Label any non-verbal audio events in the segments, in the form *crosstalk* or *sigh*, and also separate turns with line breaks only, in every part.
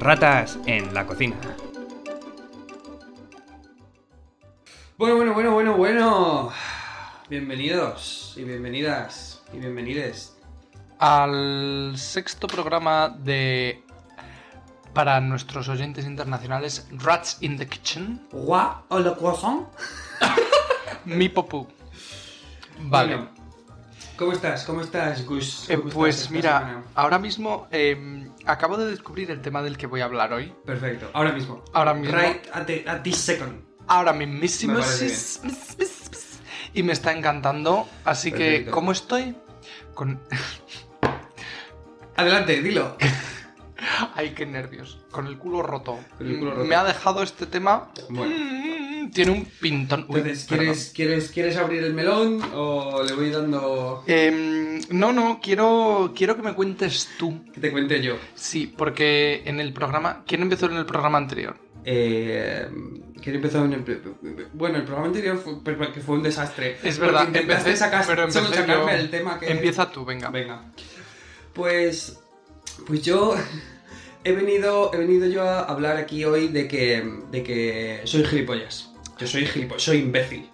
Ratas en la cocina. Bueno, bueno, bueno, bueno, bueno. Bienvenidos y bienvenidas y bienvenides.
Al sexto programa de. Para nuestros oyentes internacionales, Rats in the Kitchen,
¿Gua o le croissant?
mi popú. Vale.
Bueno, ¿Cómo estás? ¿Cómo estás, Gus?
Eh,
¿Cómo estás
pues
esta
mira,
semana?
ahora mismo eh, acabo de descubrir el tema del que voy a hablar hoy.
Perfecto, ahora mismo.
Ahora mismo.
Right at, the- at this second.
Ahora mismísimo.
Me parece
sis- mis- mis- mis- Y me está encantando. Así que,
Perfecto.
¿cómo estoy? Con. *laughs*
Adelante, dilo.
Eh, Ay, qué nervios. Con el culo roto.
Con el culo roto.
Me ha dejado este tema.
Bueno.
Mm, Tiene un pintón. Uy,
Entonces,
perdón.
¿quieres, ¿quieres, ¿quieres abrir el melón o le voy dando
Em, no, no, quiero, quiero que me cuentes tú.
que te cuente yo?
Sí, porque en el programa. ¿Quién empezó en el programa anterior?
Eh, ¿Quién empezó en el... Bueno, el programa anterior fue, pero que fue un desastre.
Es verdad,
Porque intentaste
empecé,
sacar-
pero empecé
sacarme
yo.
el tema que...
Empieza tú, venga.
Venga. Pues, pues yo *laughs* he venido, he venido yo a hablar aquí hoy de que, de que soy gilipollas. Yo soy gilipollas, soy imbécil.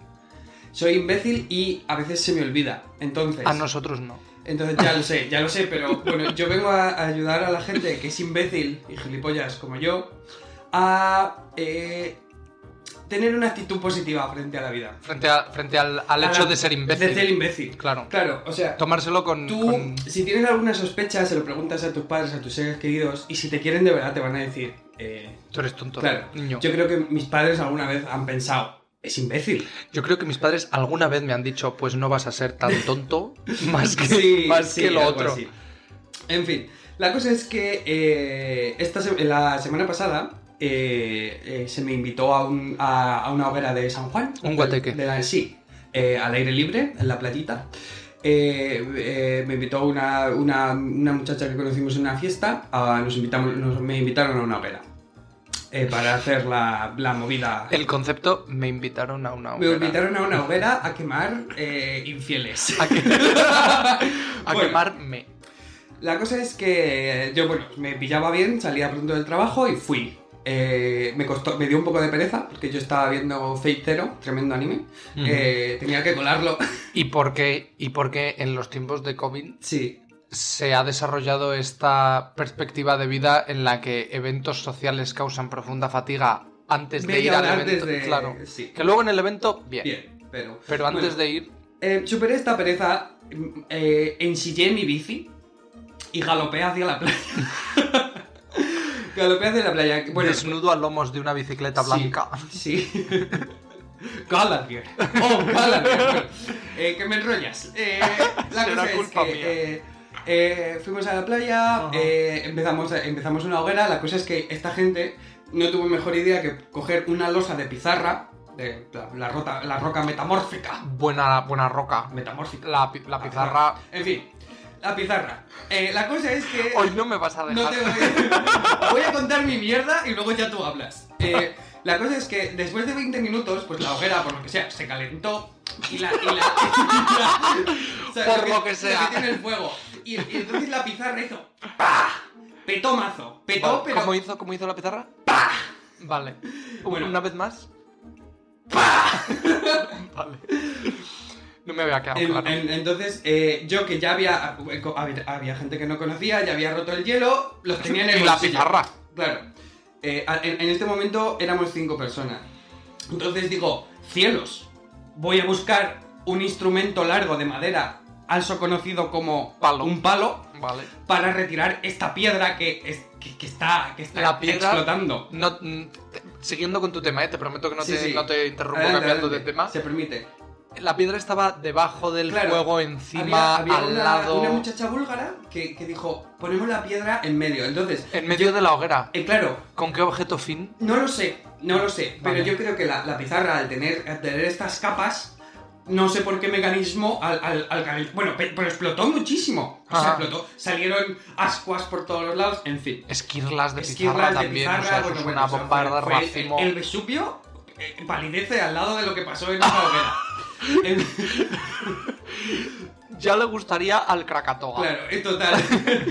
Soy imbécil y a veces se me olvida. Entonces,
A nosotros Ah, no.
entonces ya lo sé, ya lo sé, pero bueno, yo vengo a a ayudar a la gente que es imbécil y gilipollas como yo a eh, tener una actitud positiva frente a la vida.
Frente, a- frente al, al
A
hecho
la-
de ser imbécil.
De ser imbécil.
Claro.
Claro, o sea,
Tomárselo con.
Tú,
con-
si tienes alguna sospecha, se lo preguntas a tus padres, a tus seres queridos, y si te quieren de verdad, te van a decir. eh,
Tú eres tonto,
claro,
niño.
yo creo que mis padres alguna vez han pensado, es imbécil.
Yo creo que mis padres alguna vez me han dicho, pues no vas a ser tan
*laughs*
tonto más que,
Sí,
*laughs* más
sí,
que lo
algo
otro.
así. En fin, la cosa es que eh, esta se- la semana pasada eh, eh, se me invitó a, un- a- a una hoguera de San Juan.
Un guateque.
De la- sí, eh, al aire libre, en la platita. Eh, eh, me invitó una, una- una muchacha que conocimos en una fiesta, a- nos invitamos, nos- me invitaron a una hoguera eh, para hacer la, la movida.
El concepto me invitaron a una
me
hoguera.
invitaron a una hoguera a quemar eh, infieles.
a, que- *laughs* a
Bueno.
quemarme.
La cosa es que eh, yo, bueno, me pillaba bien, salía pronto del trabajo y fui. Eh, me costó, me dio un poco de pereza porque yo estaba viendo Fate Zero, tremendo anime.
Ujú.
Eh, tenía que
*laughs*
colarlo.
¿Y por qué? Y porque en los tiempos de COVID
sí,
se ha desarrollado esta perspectiva de vida en la que eventos sociales causan profunda fatiga antes de
media
ir al
hora
evento.
antes de-
Claro.
Sí,
Que luego en el evento, bien.
bien, pero.
Pero antes
bueno,
de ir,
eh, superé esta pereza, mm, eh, ensillé mi bici y galopé hacia la playa. *laughs* galopé hacia la playa. Bueno,
desnudo a lomos de una bicicleta
Sí.
blanca.
Sí. *laughs* Gallagher. Oh, Gallagher. Bueno, eh, que me enrollas. Eh, la
Será
cosa es
culpa
que,
mía.
eh, eh, fuimos a la playa,
Ajá.
eh, empezamos, empezamos una hoguera. La cosa es que esta gente no tuvo mejor idea que coger una losa de pizarra, de la, la rota- la roca metamórfica.
Buena, buena roca.
Metamórfica.
La, pi- la pizarra.
En fin, la pizarra. Eh, la cosa es que.
Hoy no me vas a
No
dejar.
te voy, voy a contar mi mierda y luego ya tú hablas. Eh, la cosa es que después de 20 minutos, pues la hoguera, por lo que sea, se calentó y la... y la- *laughs* o sea,
Por lo que sea.
tiene el fuego. Y, y entonces la pizarra hizo... ¡Pah! Petó mazo. Petó,
Vale,
pero...
¿Cómo hizo, cómo hizo la pizarra? Vale. Un-
Bueno.
Una vez más. *laughs* vale. No me había quedado
En-
claro.
en- entonces, eh, yo que ya había, eh, había... había gente que no conocía, ya había roto el hielo, los tenía en el
y la
bolsillo.
pizarra.
Claro. Eh, a- en, en este momento éramos cinco personas. Entonces digo, cielos, voy a buscar un instrumento largo de madera, also conocido como
Palo.
un palo,
Vale.
para retirar esta piedra que, es- que, que está, que está
La piedra-
explotando.
No, mm, te- siguiendo con tu tema, eh, te prometo que no,
Sí,
te,
sí.
no te interrumpo
Adelante,
cambiando
adelante.
de tema.
Se permite.
La piedra estaba debajo del
Claro.
fuego, encima,
había había
al
una,
lado,
una muchacha búlgara que, que dijo, ponemos la piedra en medio. Entonces,
en medio de la hoguera.
eh, claro,
¿Con qué objeto fin?
No lo sé, no lo sé,
Vale.
pero yo creo que la, la pizarra al tener, al tener estas capas, no sé por qué mecanismo, al, al, al cal- bueno, pe- pero explotó muchísimo. O sea,
Ajá.
explotó, salieron ascuas por todos los lados, en fin.
Esquirlas de
Esquirlas
pizarra
de
también,
pizarra,
o sea, eso
bueno,
es
bueno, pues,
una
o sea,
bomba de
fue- fue el-
racimo.
El, Vesubio eh, palidece al lado de lo que pasó en la
*laughs*
hoguera. En-
Ya le gustaría al Krakatoa.
Claro, en total.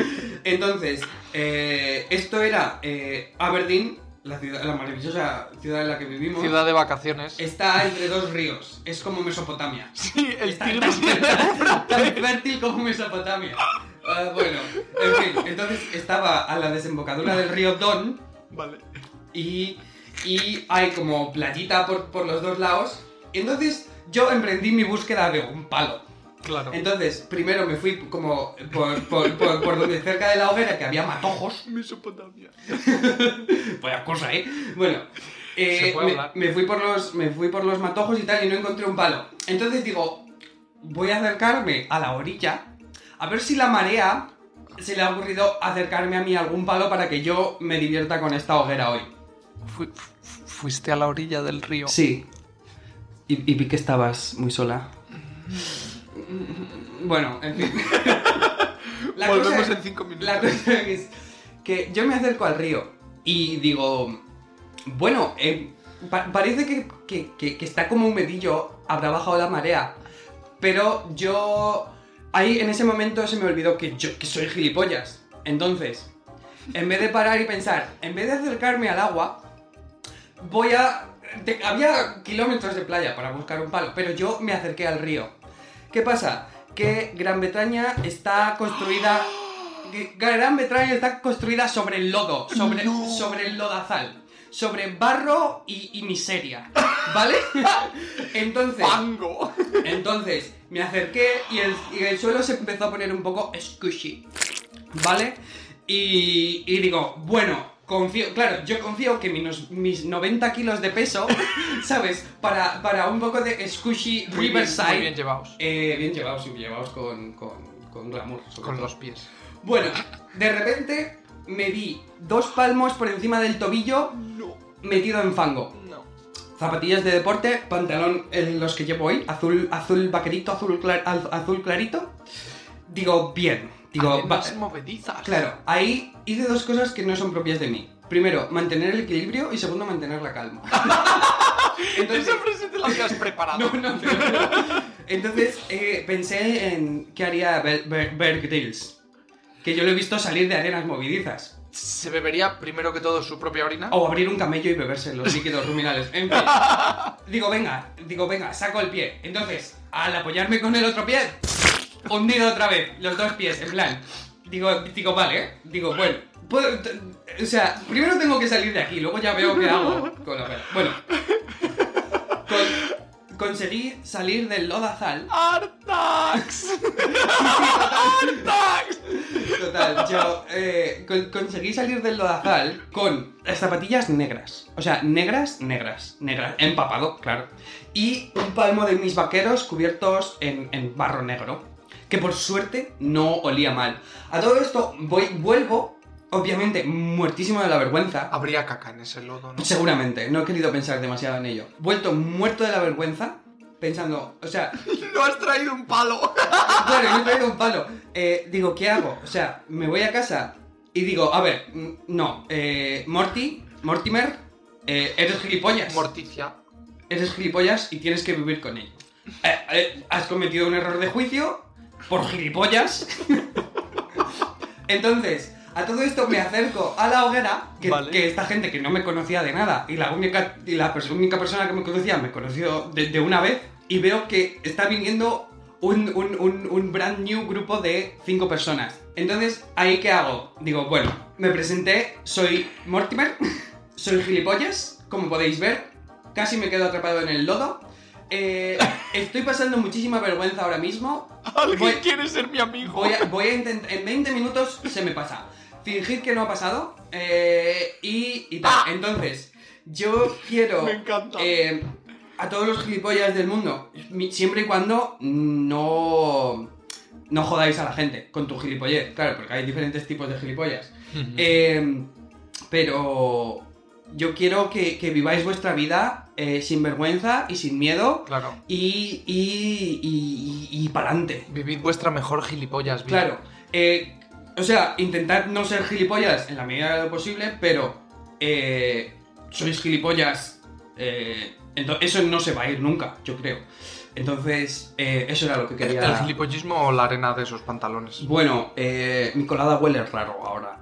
*laughs* Entonces, Eh, esto era eh, Aberdeen, la, ciudad, la maravillosa ciudad en la que vivimos.
Ciudad de vacaciones. *laughs*
Está entre dos ríos, es como Mesopotamia.
Sí, el
Está
tigre
tan,
tiene- *laughs*
fértil- tan fértil como Mesopotamia. Ah, bueno, en fin, entonces estaba a la desembocadura del río Don
Vale.
y, y hay como playita por, por los dos lados. Entonces yo emprendí mi búsqueda de un palo.
Claro.
Entonces, primero me fui como por, por- por- por donde cerca de la hoguera que había matojos.
Mesopotamia.
*laughs* Vaya cosa, ¿eh? Bueno, eh,
Se puede
me-
hablar.
me, fui por los, me fui por los matojos y tal y no encontré un palo. Entonces digo, voy a acercarme a la orilla a ver si la marea se le ha ocurrido acercarme a mí algún palo para que yo me divierta con esta hoguera hoy.
Fu- fu- fuiste a la orilla del río.
Sí. Y, y vi que estabas muy sola. Bueno, en
*laughs*
fin. La cosa
Volvemos
es-
en cinco minutos.
La cosa es que yo me acerco al río y digo, bueno, eh, pa- parece que, que- que- que está como un medillo, habrá bajado la marea, pero yo... Ahí en ese momento se me olvidó que yo que soy gilipollas. Entonces, en vez de parar y pensar, en vez de acercarme al agua, voy a... te- había kilómetros de playa para buscar un palo, pero yo me acerqué al río. ¿Qué pasa? Que Gran Bretaña está construida... que Gran Bretaña está construida sobre el lodo, sobre,
No.
sobre el lodazal, sobre barro y, y miseria. ¿Vale? *laughs* Entonces...
Ah, ¡Pango!
Entonces, me acerqué y el, y el suelo se empezó a poner un poco squishy. ¿Vale? Y, y digo, bueno, confío, claro, yo confío que mis, mis 90 kilos de peso, *laughs* ¿sabes? Para, para un poco de squishy
Muy bien,
Riverside.
muy bien llevados.
Eh, bien llevados y llevados con, con, con glamour. sobre
Con
todo.
los pies.
Bueno, de repente me vi dos palmos por encima del tobillo
No,
metido en fango
no.
zapatillas de deporte, pantalón en los que llevo hoy, azul, azul vaquerito, azul, clar- az- azul clarito. Digo, bien.
Ah,
Digo, va-
Arenas movedizas.
claro, ahí hice dos cosas que no son propias de mí. Primero, mantener el equilibrio y segundo, mantener la calma. Entonces,
Esa frase te la habías preparado.
no, no, te lo juro. Entonces eh, pensé en qué haría Bear, Bear- Bear Grylls, que yo lo he visto salir de arenas movidizas.
Se bebería primero que todo su propia orina.
O abrir un camello y beberse los líquidos ruminales. En fin. Digo, venga, digo, venga, saco el pie. Entonces, al apoyarme con el otro pie, hundido otra vez, los dos pies, en plan. Digo, digo, vale, ¿eh? digo, bueno. puedo- t- o sea, primero tengo que salir de aquí, luego ya veo qué hago con la pera. Bueno. Con- conseguí salir del lodazal.
¡Artax! ¡Artax!
Total, yo eh, con- conseguí salir del lodazal con zapatillas negras. O sea, negras, negras, negras. Empapado, claro. Y un palmo de mis vaqueros cubiertos en, en barro negro. Que por suerte no olía mal. A todo esto voy, vuelvo, obviamente, muertísimo de la vergüenza.
Habría caca en ese lodo, *laughs* ¿no?
Seguramente, no he querido pensar demasiado en ello. Vuelto muerto de la vergüenza, pensando, o sea,
¡No has traído un palo!
Claro, yo he traído un palo. Eh, digo, ¿qué hago? O sea, me voy a casa y digo, a ver, mm, no, eh, Morty, Mortimer, eh, eres gilipollas.
Morticia.
eres gilipollas y tienes que vivir con ello. Eh, eh, has cometido un error de juicio por gilipollas. Entonces, a todo esto me acerco a la hoguera, que,
Vale.
que esta gente que no me conocía de nada, y la única, y la pers- única persona que me conocía me conoció de, de una vez, y veo que está viniendo un, un- un- un brand new grupo de cinco personas. Entonces, ¿ahí qué hago? Digo, bueno, me presenté, soy Mortimer, soy gilipollas, como podéis ver, casi me quedo atrapado en el lodo. Eh, estoy pasando muchísima vergüenza ahora mismo,
¿Alguien
Voy-
quiere ser mi amigo?
Voy a, voy a intentar. En 20 minutos se me pasa. Fingir que no ha pasado. eh, y, y tal. Entonces, yo quiero.
Ah. Me encanta.
eh, a todos los gilipollas del mundo. mi- Siempre y cuando no. No jodáis a la gente con tu gilipollez. Claro, porque hay diferentes tipos de gilipollas.
Mm.
Eh, pero. Yo quiero que, que viváis vuestra vida eh, sin vergüenza y sin miedo.
Claro.
Y. Y. Y. Y, y pa'lante.
Vivid vuestra mejor gilipollas vida.
Claro. eh, o sea, intentad no ser gilipollas en la medida de lo posible, pero eh, sois gilipollas. eh, ento- eso no se va a ir nunca, yo creo. Entonces, eh, eso era lo que quería.
¿El gilipollismo o la arena de esos pantalones?
Bueno, eh, mi colada huele raro ahora.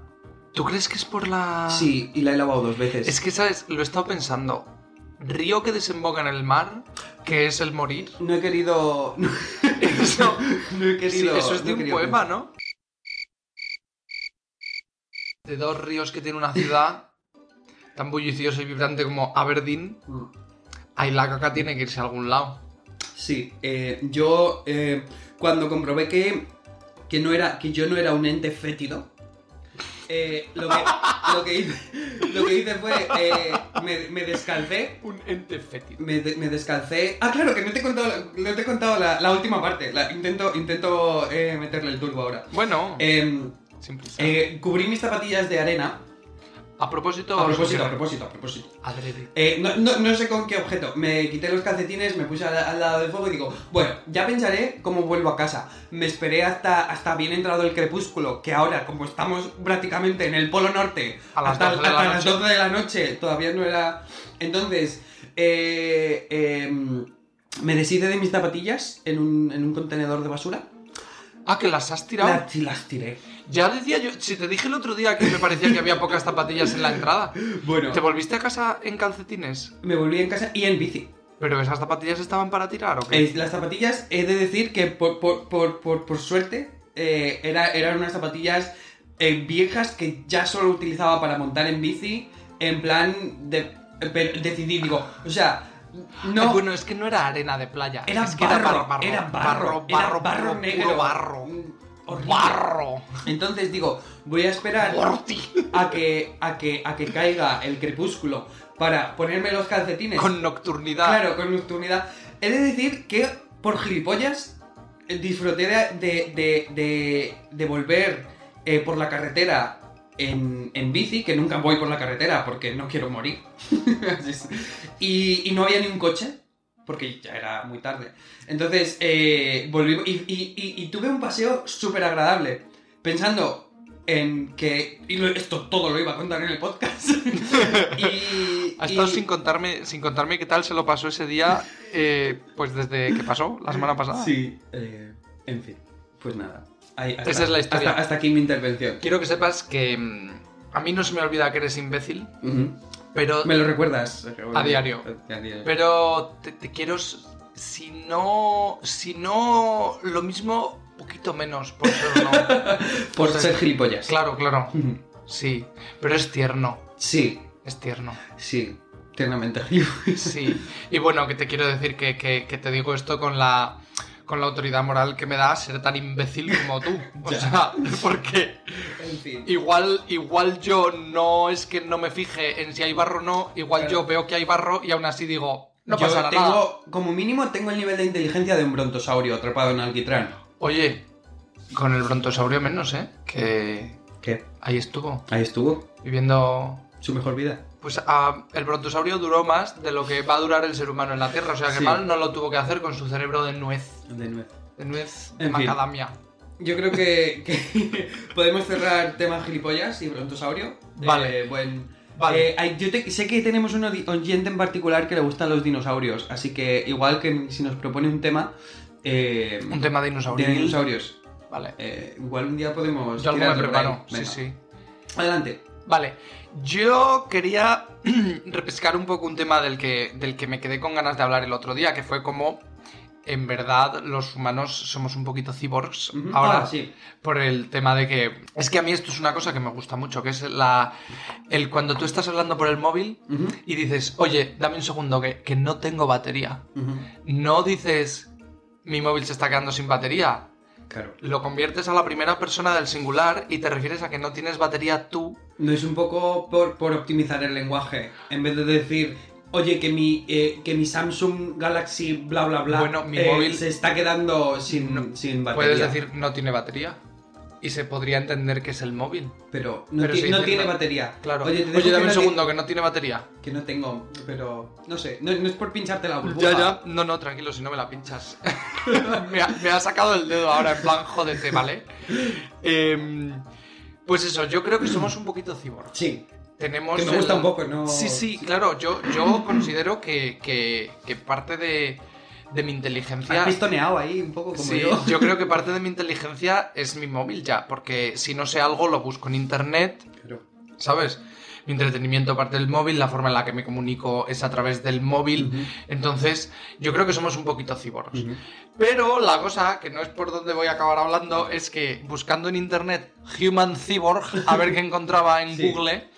¿Tú crees que es por la...?
Sí, y la he lavado dos veces.
Ah. Es que, ¿sabes? Lo he estado pensando. Río que desemboca en el mar, que es el morir.
No he querido. *laughs* No,
*laughs* Eso,
he
sí,
querido.
eso es
no
de
he
un
querido
poema, ¿no? De dos ríos que tiene una ciudad tan bulliciosa y vibrante como Aberdeen.
pensar. Mm.
Ahí la caca tiene que irse a algún lado.
Sí, eh, yo eh, cuando comprobé que, que, no era, que yo no era un ente fétido, eh, lo, que, lo, que hice, lo que hice fue. eh, me, me descalcé.
Un ente fétido.
Me, de- me descalcé. Ah, claro, que no te he contado, la- no te he contado la, la última parte. La- intento intento eh, meterle el turbo ahora.
Bueno,
Em,
siempre se-
eh, cubrí mis zapatillas de arena.
A propósito...
A propósito, a propósito, a propósito.
Adrede.
Eh, no, no- no sé con qué objeto. Me quité los calcetines, me puse al, al lado del fuego y digo, bueno, ya pensaré cómo vuelvo a casa. Me esperé hasta, hasta bien entrado el crepúsculo, que ahora, como estamos prácticamente en el Polo Norte,
A las
hasta,
12 de la
hasta las
noche.
12 de la noche, todavía no era... Entonces, eh, em, me deshice de mis zapatillas en un, en un contenedor de basura.
Ah, que las has tirado.
Las, las tiré.
Ya decía yo, si te dije el otro día que me parecía que había pocas zapatillas en la
*laughs*
entrada.
Bueno,
¿Te volviste a casa en calcetines?
me volví en casa y en bici.
¿Pero esas zapatillas estaban para tirar o qué?
Eh, las zapatillas, he de decir que por, por, por, por, por suerte eh, era, eran unas zapatillas eh, viejas que ya solo utilizaba para montar en bici, en plan de pero decidí, digo, o sea,
Ay,
no...
Eh, bueno, es que no era arena de playa.
Era,
es que
barro, era
barro,
barro, era
barro,
barro
puro,
negro.
puro barro.
Mm, horrible.
Barro.
Entonces digo, voy a esperar
Gorti.
a que, a, que, a que caiga el crepúsculo para ponerme los calcetines.
Con nocturnidad.
Claro, con nocturnidad. He de decir que por gilipollas eh, disfruté de, de- de- de- de volver eh, por la carretera en, en bici, que nunca voy por la carretera porque no quiero morir. *laughs* Así es. y, y no había ni un coche. Porque ya era muy tarde. Entonces, eh, volví y, y- y- y tuve un paseo súper agradable. Pensando en que... Y lo- esto todo lo iba a contar en el podcast. *laughs* y,
Ha
y-
estado sin contarme, sin contarme qué tal se lo pasó ese día, eh, pues desde que pasó, la semana pasada.
Sí, eh, en fin. Pues nada. Ahí, hasta-
Esa es la historia.
Hasta, hasta aquí mi intervención.
Quiero que sepas que mm, a mí no se me olvida que eres imbécil,
Ujú.
pero,
Me lo recuerdas.
A diario.
A diario.
pero te, te quiero, s- si no, si no, lo mismo, poquito menos, por
*laughs*
ser no.
Por ser gilipollas.
pues, Claro, claro,
Ujú.
sí, pero es tierno,
Sí,
es tierno.
sí. Tiernamente *laughs* gilipollas.
Sí, y bueno, que te quiero decir que, que- que te digo esto con la, con la autoridad moral que me da ser tan imbécil como tú. O
Ya.
sea, porque
En fin.
igual, igual yo no es que no me fije en si hay barro o no, igual
Claro.
yo veo que hay barro y aún así digo, no
Yo
pasará
tengo,
nada.
Como mínimo tengo el nivel de inteligencia de un brontosaurio atrapado en alquitrán.
Oye, con el brontosaurio menos, ¿eh? Que
¿Qué?
ahí estuvo,
Ahí estuvo.
viviendo...
Su mejor vida.
Pues ah, el brontosaurio duró más de lo que va a durar el ser humano en la Tierra, o sea que
Sí.
mal no lo tuvo que hacer con su cerebro de nuez.
De nuevo.
De nuez
En fin.
macadamia.
Yo creo que, que *laughs* podemos cerrar tema gilipollas y brontosaurio.
Vale.
Eh, buen,
Vale.
Eh, ay, yo te- sé que tenemos un odi- oyente en particular que le gustan los dinosaurios, así que igual que si nos propone un tema eh,
un tema de
de
dinosaurio.
dinosaurios,
Vale.
eh, igual un día podemos...
Yo algo me
tirarlo por ahí.
preparo. Sí,
Venga.
sí.
Adelante.
Vale. Yo quería *clears throat* repescar un poco un tema del que, del que me quedé con ganas de hablar el otro día, que fue como. En verdad, los humanos somos un poquito cyborgs
Ujú.
ahora
Ah, sí.
por el tema de que es que a mí esto es una cosa que me gusta mucho, que es la el cuando tú estás hablando por el móvil
Ujú,
y dices, "Oye, dame un segundo que, que no tengo batería."
ujú.
No dices, "Mi móvil se está quedando sin batería."
Claro.
lo conviertes a la primera persona del singular y te refieres a que no tienes batería tú.
No es un poco por, por optimizar el lenguaje, en vez de decir... Oye, que mi, eh, que mi Samsung Galaxy bla bla bla
Bueno, mi
eh,
móvil-
se está quedando sin,
No.
sin batería.
Puedes decir no tiene batería y se podría entender que es el móvil.
Pero no,
pero
ti-
sí,
no
sí,
tiene
claro.
batería.
Claro.
Oye,
Oye,
te dejo que
dame un
no ti-
segundo que no tiene batería.
Que no tengo, pero no sé, no, no es por pincharte la burbuja.
Ya, ya. No, no, tranquilo, si no me la pinchas. *laughs* me, ha, me ha sacado el dedo ahora en plan jódete, ¿vale? Em, pues eso, yo creo que somos un poquito cyborg.
Sí,
Tenemos
que me gusta
el-
un poco, ¿no?
Sí, sí, claro, yo, yo considero que, que- que parte de, de mi
Has
inteligencia.
pistoneado ahí un poco como
Sí,
yo.
yo creo que parte de mi inteligencia es mi móvil ya, porque si no sé algo lo busco en internet
Pero-
¿sabes? Mi entretenimiento parte del móvil, la forma en la que me comunico es a través del móvil.
Ujú.
Entonces, yo creo que somos un poquito ciborros.
Ujú.
Pero la cosa, que no es por donde voy a acabar hablando, es que buscando en internet Human Cyborg, a
*laughs*
ver qué encontraba en
Sí.
Google,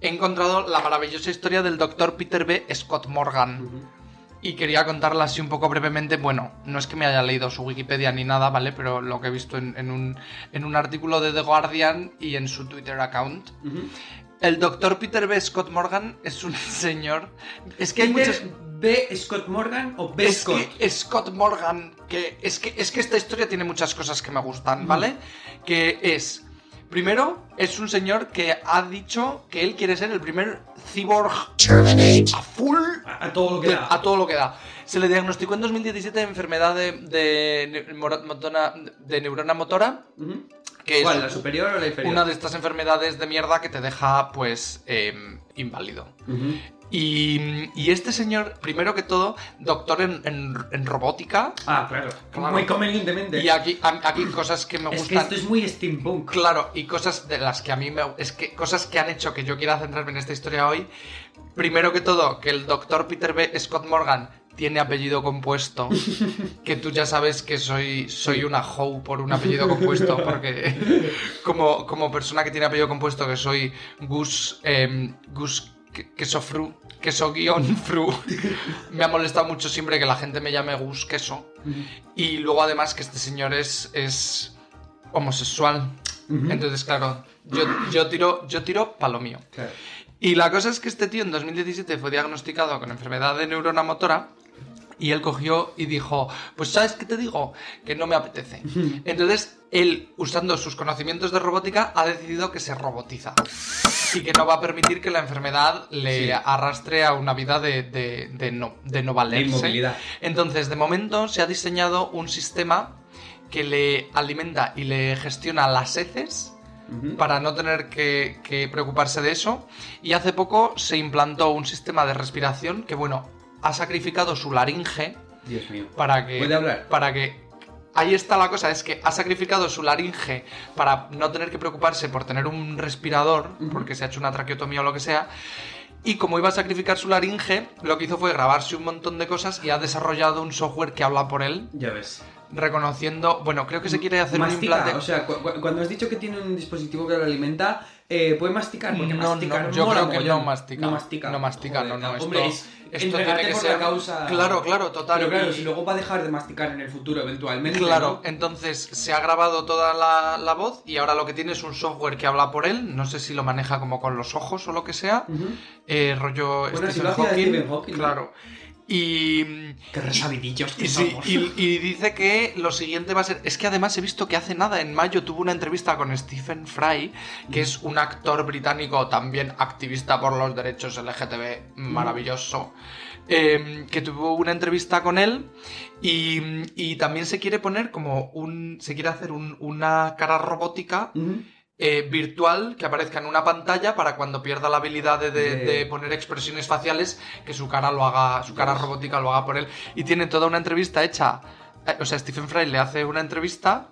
he encontrado la maravillosa historia del doctor Peter B. Scott Morgan.
Ujú.
Y quería contarla así un poco brevemente. Bueno, no es que me haya leído su Wikipedia ni nada, ¿vale? Pero lo que he visto en, en un, en un artículo de The Guardian y en su Twitter account.
Ujú.
El doctor Peter B. Scott Morgan es un *laughs* señor. Es que hay
Peter
muchos.
B. Scott Morgan o B.
Es
Scott?
que Scott Morgan, que es, que es que esta historia tiene muchas cosas que me
Mm.
gustan, ¿vale? Que es. Primero, es un señor que ha dicho que él quiere ser el primer cyborg a full
A, a todo lo que
de-
da.
a todo lo que da. Se le diagnosticó en 2017 enfermedad de, de, neu- moro- motona- de neurona motora,
Ujú.
que es
¿Cuál, la superior o la inferior?
una de estas enfermedades de mierda que te deja, pues, em, inválido.
Ujú.
Y, y este señor, primero que todo, doctor en, en- en robótica.
Ah, claro.
Claro.
Muy convenientemente.
Y aquí, a- aquí cosas que me
es que
gustan.
esto es muy steampunk.
Claro, y cosas de las que a mí me. Es que cosas que han hecho que yo quiera centrarme en esta historia hoy. Primero que todo, que el doctor Peter B. Scott Morgan tiene apellido compuesto. Que tú ya sabes que soy, soy una hoe por un apellido compuesto. Porque como, como persona que tiene apellido compuesto, que soy Gus. em, Gus. que- Queso Fru. Queso guión *laughs* Fru. Me ha molestado mucho siempre que la gente me llame Gus Queso. Y luego además que este señor es, es homosexual.
Ujú.
Entonces, claro, yo, yo tiro, yo tiro pa' lo mío.
Claro.
Y la cosa es que este tío en 2017 fue diagnosticado con enfermedad de neurona motora y él cogió y dijo, pues ¿sabes qué te digo? Que no
*laughs*
me apetece. Entonces, él, usando sus conocimientos de robótica, ha decidido que se robotiza y que no va a permitir que la enfermedad le
Sí.
arrastre a una vida de, de- de no, de no
La
valerse.
inmovilidad.
Entonces, de momento se ha diseñado un sistema que le alimenta y le gestiona las heces
Ujú.
para no tener que, que preocuparse de eso. Y hace poco se implantó un sistema de respiración que, bueno, ha sacrificado su laringe
Dios mío.
para que...
¿Puede hablar?
Para que... Ahí está la cosa, es que ha sacrificado su laringe para no tener que preocuparse por tener un respirador,
Ujú.
porque se ha hecho una traqueotomía o lo que sea. Y como iba a sacrificar su laringe, lo que hizo fue grabarse un montón de cosas y ha desarrollado un software que habla por él,
Ya ves.
reconociendo, bueno, creo que se quiere hacer
mastica,
un implante.
o sea, cu- cu- cuando has dicho que tiene un dispositivo que lo alimenta, eh, puede masticar, porque
No,
masticar
no, yo
mola
creo que
mogollón.
no mastica.
No mastica.
No mastica,
Joder,
no, no,
Hombre,
esto-
es
esto
entregarte
tiene que
por
ser-
la causa.
Claro, claro, total,
Pero claro,
y-
si luego va a dejar de masticar en el futuro eventualmente.
Claro,
¿no?
entonces se ha grabado toda la, la voz y ahora lo que tiene es un software que habla por él, no sé si lo maneja como con los ojos o lo que sea,
Ujú.
eh, rollo
Bueno, si lo hacía Stephen Hawking, ¿no?
claro. Y,
Qué resabidillos que
y, sí,
somos.
y- y dice que lo siguiente va a ser. Es que además he visto que hace nada, en mayo tuvo una entrevista con Stephen Fry, que es un actor británico también activista por los derechos LGTB, maravilloso. eh, que tuvo una entrevista con él y, y también se quiere poner como un. Se quiere hacer un- una cara robótica
Ujú.
eh, virtual que aparezca en una pantalla para cuando pierda la habilidad de, de-
De-
de poner expresiones faciales, que su cara lo haga, su cara
Dios.
robótica lo haga por él. Y tiene toda una entrevista hecha. eh, o sea, Stephen Fry le hace una entrevista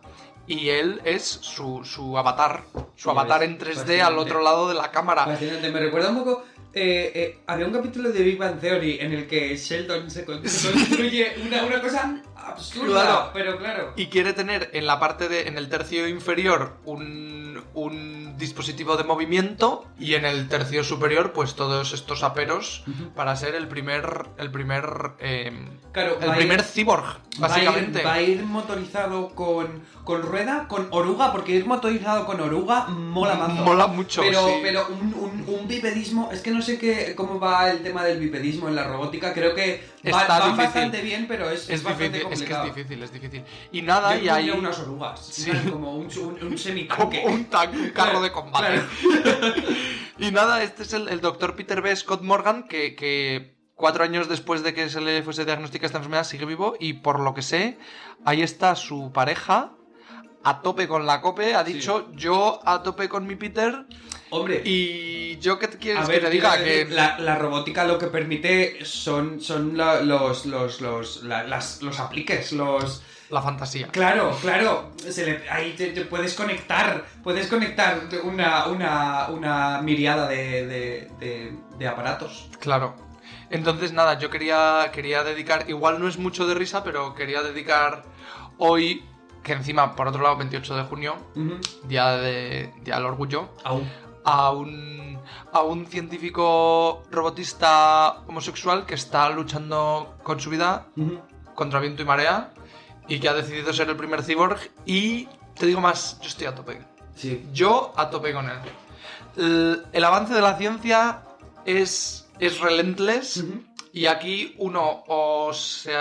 y él es su, su avatar. Su
Ya
avatar
ves,
en 3D al
fascinante. Pues
otro lado de la cámara.
Fascinante, me recuerda un poco. eh, eh, había un capítulo de Big Bang Theory en el que Sheldon se, con- se construye una, una cosa absurda,
Claro.
pero claro.
Y quiere tener en la parte de. en el tercio inferior un. un dispositivo de movimiento. Y en el tercio superior, pues todos estos aperos. para ser el primer el primer eh,
Claro,
el
va a ir-
primer cyborg básicamente
Va a ir, va a ir motorizado con, con rueda, con oruga, porque ir motorizado con oruga mola mazo.
mola mucho
Pero,
sí.
pero un, un- un bipedismo, es que no sé qué, cómo va el tema del bipedismo en la robótica, creo que va,
Está
van
difícil.
bastante bien, pero es,
es
bastante
difícil es que es
complicado.
difícil es difícil y
Yo
nada y hay
pondría unas orugas,
Sí.
¿sabes? como un, un, un semitanque.
*laughs* como un tanque un carro de combate
Claro.
y nada este es el, el doctor Peter B Scott Morgan que, que cuatro años después de que se le fuese diagnosticada esta enfermedad sigue vivo y por lo que sé ahí está su pareja a tope con la cope ha
Sí.
dicho yo a tope con mi Peter
Hombre,
Y yo que te quieres
a ver,
que te diga
quiero decir,
que
La, la robótica lo que permite son, son la- los, los, los, la- las- los apliques, los...
la fantasía.
Claro, claro, se le- ahí te, te puedes conectar, puedes conectar una, una, una miriada de, de, de, de aparatos.
Claro. Entonces, nada, yo quería, quería dedicar, igual no es mucho de risa, pero quería dedicar hoy, que encima, por otro lado, 28 de junio,
Ujú.
día, de, día del orgullo,
Aún.
a un, a un científico robotista homosexual que está luchando con su vida
Ujú.
contra viento y marea y que ha decidido ser el primer cyborg y te digo más, yo estoy a tope.
Sí.
Yo a tope con él. El, el avance de la ciencia es, es relentless
Ujú.
y aquí uno o se,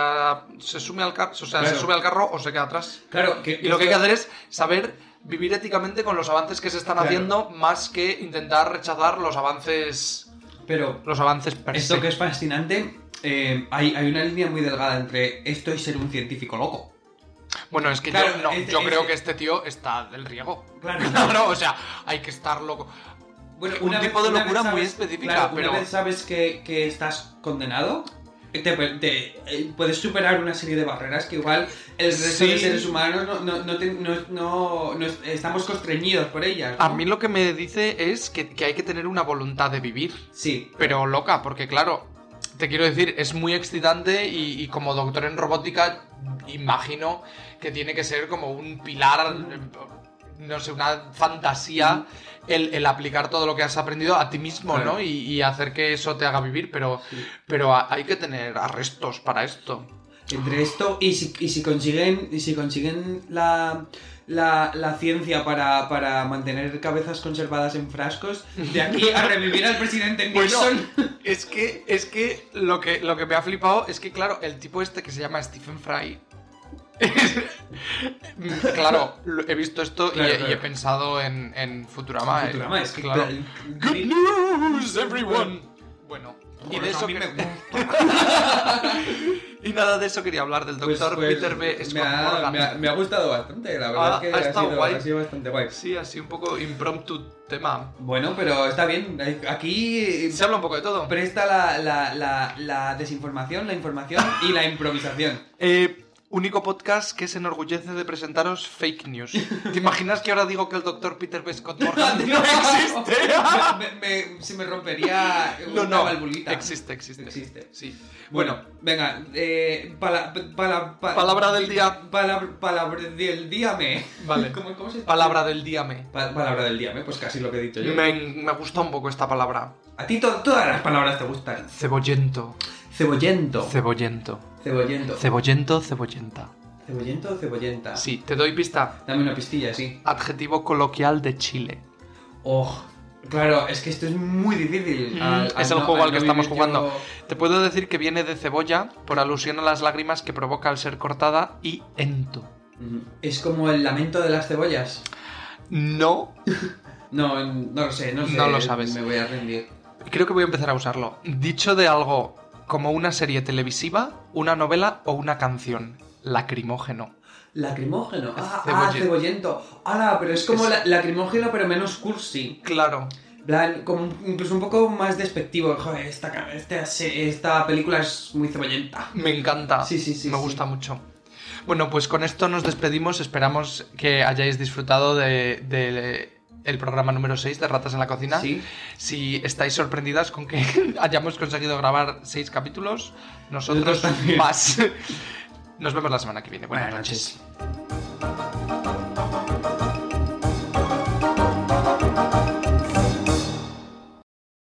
se, sume al car- o sea,
Claro.
se sube al carro o se queda atrás.
Claro, que,
Y lo que hay que hacer es saber vivir éticamente con los avances que se están
Claro.
haciendo más que intentar rechazar los avances
Pero
los avances per
esto
se.
que es fascinante, eh, hay, hay una línea muy delgada entre esto y ser un científico loco.
Bueno, es que
Claro,
yo, no,
este-
yo creo
este-
que este tío está del riego.
*laughs*
*laughs*
Claro.
No, no, o sea, hay que estar loco.
Bueno,
Un tipo de locura muy específica,
claro,
pero-
Una vez sabes que, que estás condenado, te, te- eh, puedes superar una serie de barreras que igual el resto
Sí.
de seres humanos no, no, no, te- no- no- no es- estamos constreñidos por ellas. ¿no?
A mí lo que me dice es que, que hay que tener una voluntad de vivir,
Sí,
pero loca, porque claro, te quiero decir, es muy excitante y, y como doctor en robótica, imagino que tiene que ser como un pilar, eh, no sé, una fantasía el, el aplicar todo lo que has aprendido a ti mismo,
Claro.
¿no? Y, y hacer que eso te haga vivir, pero,
Sí.
pero a- hay que tener arrestos para esto.
entre esto y si, y si consiguen, y si consiguen la, la, la ciencia para, para mantener cabezas conservadas en frascos, de aquí a revivir al
*laughs*
presidente
Bueno,
Nixon.
es que, es que lo que lo que me ha flipado es que, claro, el tipo este que se llama Stephen Fry. *laughs* claro, lo- he visto esto y
Claro,
he- y, he
claro.
pensado en, en
*laughs*
Futurama. eh.
Futurama, es que
claro.
el-
Good news, everyone. Bueno, y de eso
a mí
que-
me gusta.
y nada de eso quería hablar del
Pues,
doctor
pues,
Peter B. Scott
me ha,
Morgan.
me ha- me ha gustado bastante, la verdad es
Ah, ha
que ha,
estado
sido,
guay.
ha sido bastante guay.
Sí, así un poco impromptu tema.
Bueno, pero está bien. Aquí
Se habla un poco de todo.
presta la, la- la- la desinformación, la información y la
*laughs*
improvisación.
Eh, único podcast que se enorgullece de presentaros fake *laughs* news. ¿Te imaginas que ahora digo que el doctor Peter B. *laughs* Scott Morgan no existe?
*laughs* Me- me- se me rompería una
No, no.
valvulita.
Existe, existe.
Existe.
Sí.
Bueno,
Bueno,
venga, eh, pala- pala- pa-
Palabra del día.
Palabra, palabra del día me. *laughs*
Vale.
¿Cómo, cómo se dice?
palabra del día me.
Pa- palabra del día me, pues casi lo que he dicho yo.
Me, me gusta un poco esta palabra.
A ti to- todas las palabras te gustan.
Cebollento.
Cebollento.
Cebollento.
Cebollento.
Cebollento, cebollenta.
Cebollento o cebollenta.
Sí, te doy pista.
Dame una pistilla, sí.
Adjetivo coloquial de Chile.
Oh, claro, es que esto es muy difícil.
Mm,
al- al
es el
no-
juego al
no
que estamos
vivir yo-
jugando. Te puedo decir que viene de cebolla por alusión a las lágrimas que provoca al ser cortada y ento.
Mm, Es como el lamento de las cebollas.
No
No, no lo sé, no sé.
No lo sabes.
Me voy a rendir.
Creo que voy a empezar a usarlo. Dicho de algo como una serie televisiva, una novela o una canción. Lacrimógeno.
Lacrimógeno. Ah,
Cebollen-
ah, cebollento. Ala, pero es como
Es-
la- lacrimógeno, pero menos cursi.
Claro.
plan, como incluso un poco más despectivo. Joder, esta, ca- esta, se- esta película es muy cebollenta.
Me encanta.
Sí, sí, sí,
Me
sí.
gusta mucho. Bueno, pues con esto nos despedimos. Esperamos que hayáis disfrutado de, de el programa número 6 de Ratas en la Cocina.
Sí.
Si estáis sorprendidas con que *laughs* hayamos conseguido grabar 6 capítulos, nosotros
Nosotros también.
más. Nos vemos la semana que viene. Buenas,
Buenas
noches.
noches.